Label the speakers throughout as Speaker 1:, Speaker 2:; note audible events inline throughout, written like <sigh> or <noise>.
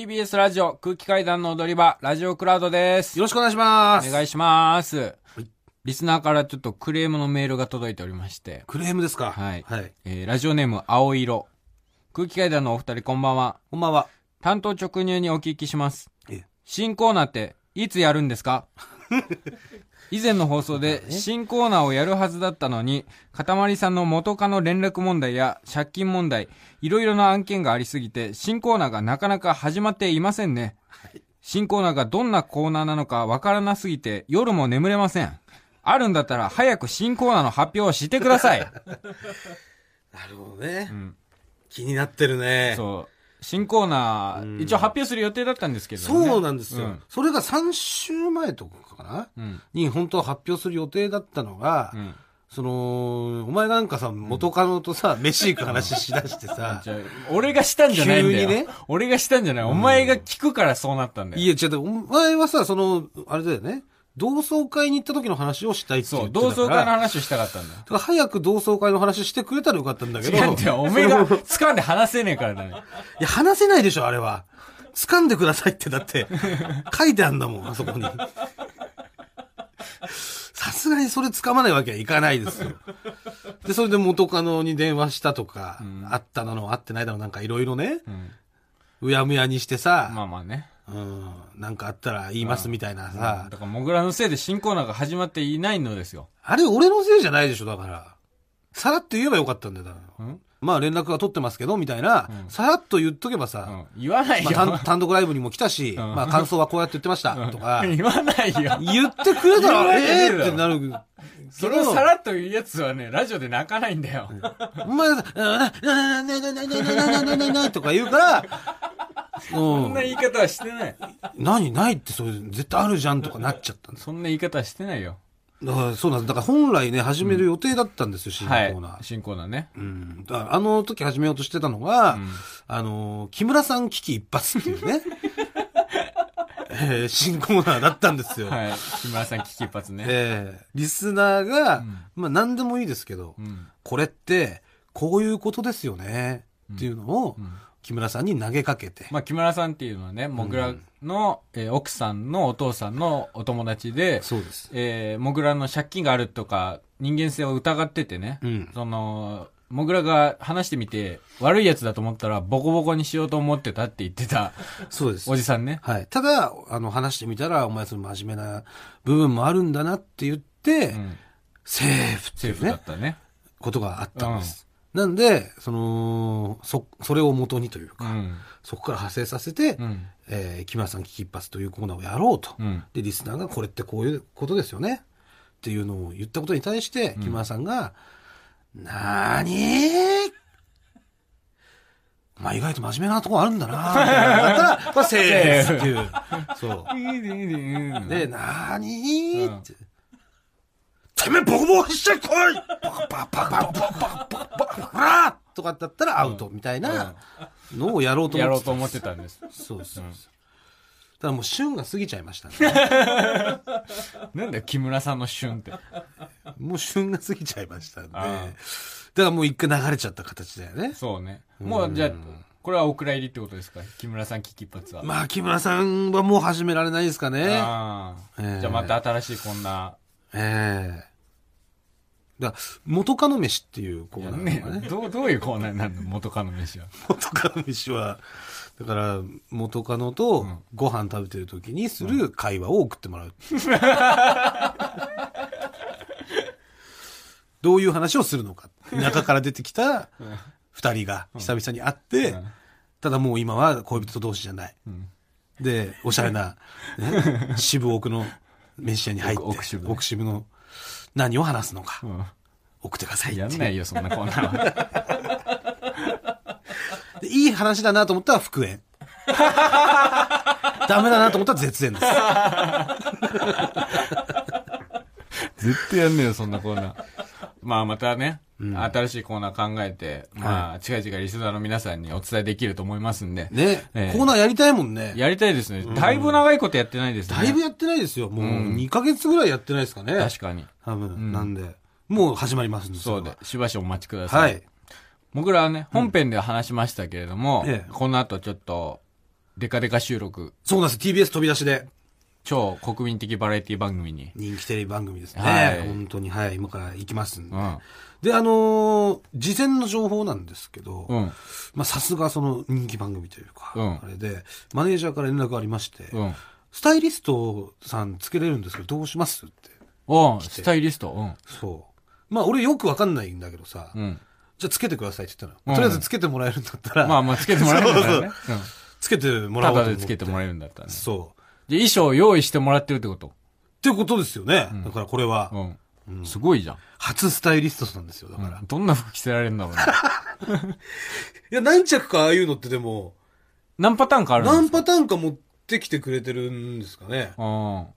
Speaker 1: TBS ラジオ空気階段の踊り場、ラジオクラウドです。
Speaker 2: よろしくお願いしま
Speaker 1: お
Speaker 2: す。
Speaker 1: 願いします
Speaker 2: はい。
Speaker 1: リスナーからちょっとクレームのメールが届いておりまして、
Speaker 2: クレームですか
Speaker 1: はい
Speaker 2: はい。
Speaker 1: えーラジオネーム青色。空気階段のお二人こんばんは。
Speaker 2: こんばんは。
Speaker 1: 担当直入にお聞きします
Speaker 2: ええ。
Speaker 1: 新コーナーって、いつやるんです
Speaker 2: <laughs>
Speaker 1: か以前の放送で新コーナーをやるはずだったのに、かたまりさんの元カノ連絡問題や借金問題、いろいろな案件がありすぎて、新コーナーがなかなか始まっていませんね。新コーナーがどんなコーナーなのかわからなすぎて、夜も眠れません。あるんだったら早く新コーナーの発表をしてくだ
Speaker 2: <laughs>
Speaker 1: さい。
Speaker 2: なるほどね
Speaker 1: う。ん
Speaker 2: 気になってるね。
Speaker 1: そう。新コーナー、
Speaker 2: うん
Speaker 1: 一応発表する予定だったんですけどね。
Speaker 2: そうなんです
Speaker 1: う
Speaker 2: よ
Speaker 1: ん。
Speaker 2: それが3週前とかかな
Speaker 1: うん。
Speaker 2: に本当は発表する予定だったのが
Speaker 1: う、ん。
Speaker 2: その、お前がなんかさ、元カノとさ、飯行く話しだしてさ、
Speaker 1: じゃあ俺がしたんじゃないんだよ。
Speaker 2: 急にね
Speaker 1: 俺がしたんじゃない。お前が聞くから <laughs> そうなったんだよ。
Speaker 2: いや、違う、お前はさ、その、あれだよね。同窓会に行った時の話をしたいって言っ
Speaker 1: そ
Speaker 2: て
Speaker 1: う、
Speaker 2: たから
Speaker 1: 同窓会の話をしたかったんだよ。
Speaker 2: だから早く同窓会の話してくれたらよかったんだけど。
Speaker 1: 違うんだよ。お前
Speaker 2: そ
Speaker 1: が
Speaker 2: の
Speaker 1: 掴んで話せねえからだね。
Speaker 2: いや、話せないでしょ、あれは。掴んでくださいって、だって、書いてあんだもん、あそこに。さすがにそれ掴まないわけはいかないですよ。で、それで元カノに電話したとか、
Speaker 1: ん
Speaker 2: あったなの、あってないだの、なんかいろいろね、
Speaker 1: うん。
Speaker 2: うやむやにしてさ、
Speaker 1: まあまあね。
Speaker 2: うん、なんかあったら言いますみたいな
Speaker 1: だ
Speaker 2: さ、
Speaker 1: から、モグラのせいで新コーナーが始まっていないのですよ。
Speaker 2: あれ俺のせいじゃないでしょ、だから。さらっと言えばよかったんだよ、だから
Speaker 1: うん
Speaker 2: まあ連絡は取ってますけど、みたいな、
Speaker 1: うん
Speaker 2: さらっと言っとけば
Speaker 1: う
Speaker 2: さ、
Speaker 1: ん。言わない
Speaker 2: ま
Speaker 1: よ
Speaker 2: あ。単、単独ライブにも来たし、
Speaker 1: ん
Speaker 2: まあ感想はこうやって言ってました、とか、
Speaker 1: <laughs> 言わないよ。
Speaker 2: 言ってくれた
Speaker 1: 言わ
Speaker 2: ら、
Speaker 1: れて
Speaker 2: ええ
Speaker 1: ねえだろ
Speaker 2: ってなるけど。
Speaker 1: それをさらっと言うやつはね、ラジオで泣かないんだよ。
Speaker 2: お前がさ、な、な、な、な、な、な、な、な、な、な、な、とか言うから、う
Speaker 1: そん
Speaker 2: ん
Speaker 1: な。言い方はしてない。
Speaker 2: 何、ないって、それ、絶対あるじゃんとかなっちゃったんです。
Speaker 1: そんな言い方はしてないよ。
Speaker 2: だから、そうなんです。だから本来ね、始める予定だったんですよ、新コ
Speaker 1: は
Speaker 2: ー
Speaker 1: い
Speaker 2: ナ。ー。
Speaker 1: 新コーナーね。
Speaker 2: うん。だからあの時始めようとしてたのが、あの、木村さん危機一発っていうね、えー新コーナーだったんですよ。
Speaker 1: はい。木村さん、危機一発ね。
Speaker 2: えーリスナーが、まあ何でもいいですけど、
Speaker 1: うん。
Speaker 2: これって、こういうことですよね、っていうのを、木村さんに投げかけて。
Speaker 1: まあ、木村さんっていうのはね、もぐらの、えー奥さんのお父さんのお友達で、
Speaker 2: そうです。
Speaker 1: えー、もぐらの借金があるとか、人間性を疑っててね、
Speaker 2: うん
Speaker 1: その、もぐらが話してみて、悪いやつだと思ったら、ボコボコにしようと思ってたって言って
Speaker 2: <laughs>
Speaker 1: た、
Speaker 2: そうです
Speaker 1: お。じさんね。
Speaker 2: はい。ただ、あの、話してみたら、お前その真面目な部分もあるんだなって言って、
Speaker 1: うん。
Speaker 2: セーフって
Speaker 1: セー
Speaker 2: いう
Speaker 1: フだ
Speaker 2: ね
Speaker 1: っ、たね。
Speaker 2: ことがあったんです。なんで、その、そ、それを元にという
Speaker 1: う
Speaker 2: か、
Speaker 1: ん。
Speaker 2: そこから派生させて、
Speaker 1: うん。
Speaker 2: えー木村さん危機一発というコーナーをやろうと。
Speaker 1: うん。
Speaker 2: で、リスナーがこれってこういうことですよねっていうのを言ったことに対して、木村さんが、なーにーまあ意外と真面目なとこあるんだなーみたいなのだったら、まあセーフっていう。そ
Speaker 1: うん
Speaker 2: <laughs> う。で、なーにーって。てめえボコボコにしてこいバカバカバカバカバカバカほらとかだったらアウトみたいなのをやろうと
Speaker 1: や
Speaker 2: 思
Speaker 1: ろ
Speaker 2: っ
Speaker 1: う
Speaker 2: て
Speaker 1: と
Speaker 2: た。
Speaker 1: 思ってたんです。
Speaker 2: そうそうそう。ただもう旬が過ぎちゃいましたね。
Speaker 1: なんだよ、木村さんの旬って。
Speaker 2: もう旬が過ぎちゃいましたんで。だ
Speaker 1: ああ
Speaker 2: からもう一回流れちゃった形だよね。
Speaker 1: そうね。もう、じゃあ、これはお蔵入りってことですか木村さん危機一発は。
Speaker 2: まあ、木村さんはもう始められないですかね。
Speaker 1: ああ
Speaker 2: ええ
Speaker 1: じゃあまた新しいこんな、
Speaker 2: ええだから元カノ飯っていうコーナー
Speaker 1: ね
Speaker 2: とかね。、
Speaker 1: どう、どういうコーナーになるの元カノ <laughs> 飯は。
Speaker 2: <laughs> 元カノ飯は、だから、元カノとご飯食べてる時にする会話を送ってもら
Speaker 1: <laughs>
Speaker 2: う。どういう話をするのか。田舎から出てきた二人が久々に会って、ただもう今は恋人同士じゃない。
Speaker 1: ん
Speaker 2: で、おしゃれな、
Speaker 1: <laughs>
Speaker 2: ね、渋奥の飯屋に入って、
Speaker 1: 奥奥渋ね
Speaker 2: 奥渋の何を話すのか、送ってくださいって
Speaker 1: や
Speaker 2: い
Speaker 1: ん
Speaker 2: う
Speaker 1: ないよ、そんなコーナーは。
Speaker 2: でいい話だなと思ったら
Speaker 1: <laughs>
Speaker 2: 復縁。ダメだなと思ったら絶縁です。
Speaker 1: <laughs> 絶対やんねえよ、そんなコーナー。 <laughs> まあまたね、新しいコーナー考えて、まあ、近々リスナーの皆さんにお伝えできると思いますんで。
Speaker 2: ね、
Speaker 1: ええ
Speaker 2: コーナーやりたいもんね。
Speaker 1: やりたいですね。だいぶ長いことやってないですね。
Speaker 2: だいぶやってないですよ。もう2ヶ月ぐらいやってないですかね。
Speaker 1: 確かに。
Speaker 2: 多分。なんで、もう始まりますんで。
Speaker 1: そうで、しばしお待ちくだ
Speaker 2: それは。
Speaker 1: さ。
Speaker 2: はいい。
Speaker 1: 僕らはね、本編では話しましたけれども、
Speaker 2: ええ
Speaker 1: この後ちょっと、デカデカ収録、
Speaker 2: そうなんです。TBS 飛び出しで。
Speaker 1: 超国民的バラエティ番組に。
Speaker 2: 人気テレビ番組ですね。
Speaker 1: はい
Speaker 2: 本当に、はい、今から行きますんで。
Speaker 1: うん。
Speaker 2: で、あのー事前の情報なんですけど、
Speaker 1: うん。
Speaker 2: まあ、さすがその人気番組というか、
Speaker 1: うん
Speaker 2: あれで、マネージャーから連絡ありまして、
Speaker 1: うん。
Speaker 2: スタイリストさんつけれるんですけど、どうしますって。
Speaker 1: おスタイリスト。うん。
Speaker 2: そう。まあ、俺よくわかんないんだけどさ、
Speaker 1: うん。
Speaker 2: じゃあつけてくださいって言った
Speaker 1: うん
Speaker 2: の。とりあえずつけてもらえるんだったら、
Speaker 1: まあまあ、つけてもらえるんだからね。うん
Speaker 2: つけても
Speaker 1: た
Speaker 2: らおうと
Speaker 1: だ
Speaker 2: 思っ
Speaker 1: で
Speaker 2: て。
Speaker 1: つけてもらえるんだったらね。
Speaker 2: そう。
Speaker 1: で、衣装を用意してもらってるってこと
Speaker 2: ってことですよね。だからこれは、
Speaker 1: うん。すごいじゃん。
Speaker 2: 初スタイリストさんですよ、だから。
Speaker 1: うんどんな服着せられるんだろうね。
Speaker 2: いや、何着かああいうのってでも、
Speaker 1: 何パターンかあるんです
Speaker 2: 何パターンか持ってきてくれてるんですかね。
Speaker 1: うん。
Speaker 2: も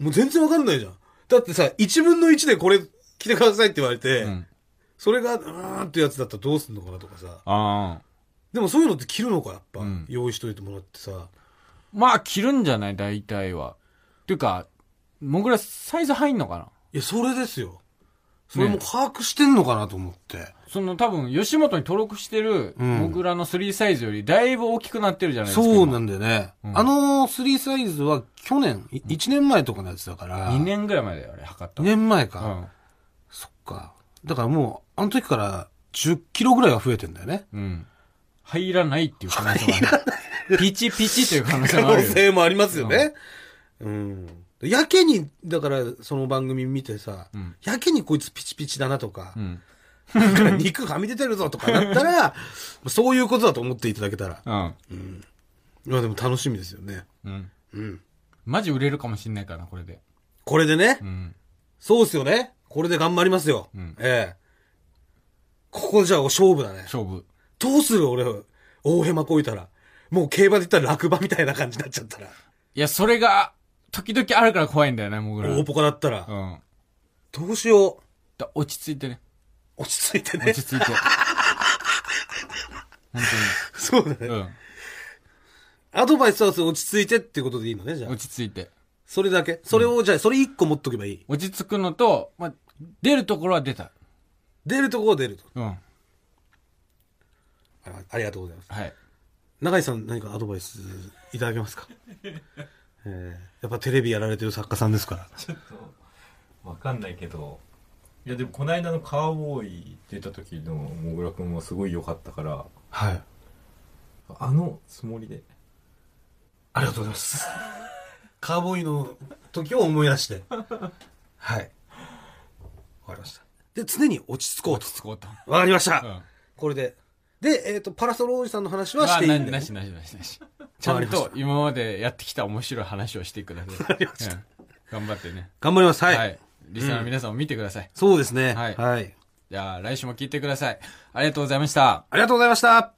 Speaker 2: う全然わかんないじゃん。だってさ、1分の1でこれ着てくださいって言われて、
Speaker 1: うん。
Speaker 2: それが、うーんってやつだったらどうすんのかなとかさ。
Speaker 1: ああ。
Speaker 2: でもそういうのって着るのか、やっぱ。
Speaker 1: うん
Speaker 2: 用意しといてもらってさ。
Speaker 1: まあ、着るんじゃない大体は。っていうか、もぐらサイズ入んのかない
Speaker 2: や、それですよ。それも把握してんのかなと思って。
Speaker 1: その多分、吉本に登録してる、
Speaker 2: うん
Speaker 1: もぐらの3サイズよりだいぶ大きくなってるじゃないですか。
Speaker 2: そうな
Speaker 1: 今
Speaker 2: んだよね。
Speaker 1: うん
Speaker 2: あの3サイズは去年、い1年前とかのやつだから。
Speaker 1: 2年ぐらい前だよ、あれ、測った
Speaker 2: 2
Speaker 1: の。
Speaker 2: 年前
Speaker 1: う
Speaker 2: か。
Speaker 1: ん。
Speaker 2: そっか。だからもう、あの時から10キロぐらいは増えてんだよね。
Speaker 1: うん。入らないっていう可能性もある。ピチピチという可能性
Speaker 2: 可
Speaker 1: もあ
Speaker 2: 能
Speaker 1: るよ。
Speaker 2: 性もありますよね。うん。やけに、だから、その番組見てさ、
Speaker 1: うん
Speaker 2: やけにこいつピチピチだなとか
Speaker 1: う、ん。
Speaker 2: 肉はみ出てるぞとかなったら、そういうことだと思っていただけたら。
Speaker 1: うん。
Speaker 2: いや、でも楽しみですよね。
Speaker 1: うん。
Speaker 2: うん。
Speaker 1: マジ売れるかもしんないからな、これで。
Speaker 2: これでね、
Speaker 1: うん。
Speaker 2: そうですよね。これで頑張りますよ。
Speaker 1: うん
Speaker 2: ええ。ここじゃあ勝負だね。
Speaker 1: 勝負。
Speaker 2: どうする俺、大ヘマこいたら。もう競馬で言ったら落馬みたいな感じになっちゃったら。
Speaker 1: いや、それが、時々あるから怖いんだよね、もぐら。う
Speaker 2: 大
Speaker 1: ん。
Speaker 2: ポカだったら。
Speaker 1: だ
Speaker 2: どうしよう。
Speaker 1: 落ち着いてね。
Speaker 2: 落ち着いてね
Speaker 1: 落。ち着いて。本
Speaker 2: そうだね。
Speaker 1: 当
Speaker 2: <laughs>
Speaker 1: に。うん。
Speaker 2: アドバイスは落ち着いてってことでいいのね、じゃあ。
Speaker 1: 落ち着いて。
Speaker 2: それだけ。それを、じゃあ、それ一個持っとけばいい。
Speaker 1: 落ち着くのと、まあ、出るところは出た。
Speaker 2: 出るとこは出ると。
Speaker 1: うん。
Speaker 2: あありがとうございます。
Speaker 1: はい。
Speaker 2: 中井さん、何かアドバイスいただけま
Speaker 1: <laughs>
Speaker 2: すかえーやっぱテレビやられてる作家さんですから。
Speaker 3: ちょっとわかんないけどいやでもこの間のカーボーイ出た時のもぐらくんはすごい良かったから
Speaker 2: はい。
Speaker 3: あのつもりで
Speaker 2: ありがとうございます。カーボーイの時を思い出して。はい。わかりました。で、常に落ち着こうと
Speaker 1: 落。ち着こうと。
Speaker 2: わかりました。
Speaker 1: うん。
Speaker 2: これで。で、えっ、と、パラソルおじさんの話はしていいんだよね
Speaker 1: あななしなしなしなし。ちゃんと今までやってきた面白い話をしてください。
Speaker 2: りました
Speaker 1: うん頑張ってね。
Speaker 2: 頑張ります。はい。
Speaker 1: リスナーの皆さんも見てください。
Speaker 2: そうですね。
Speaker 1: はい
Speaker 2: はい。
Speaker 1: じゃあ来週も聞いてください。ありがとうございました。
Speaker 2: ありがとうございました。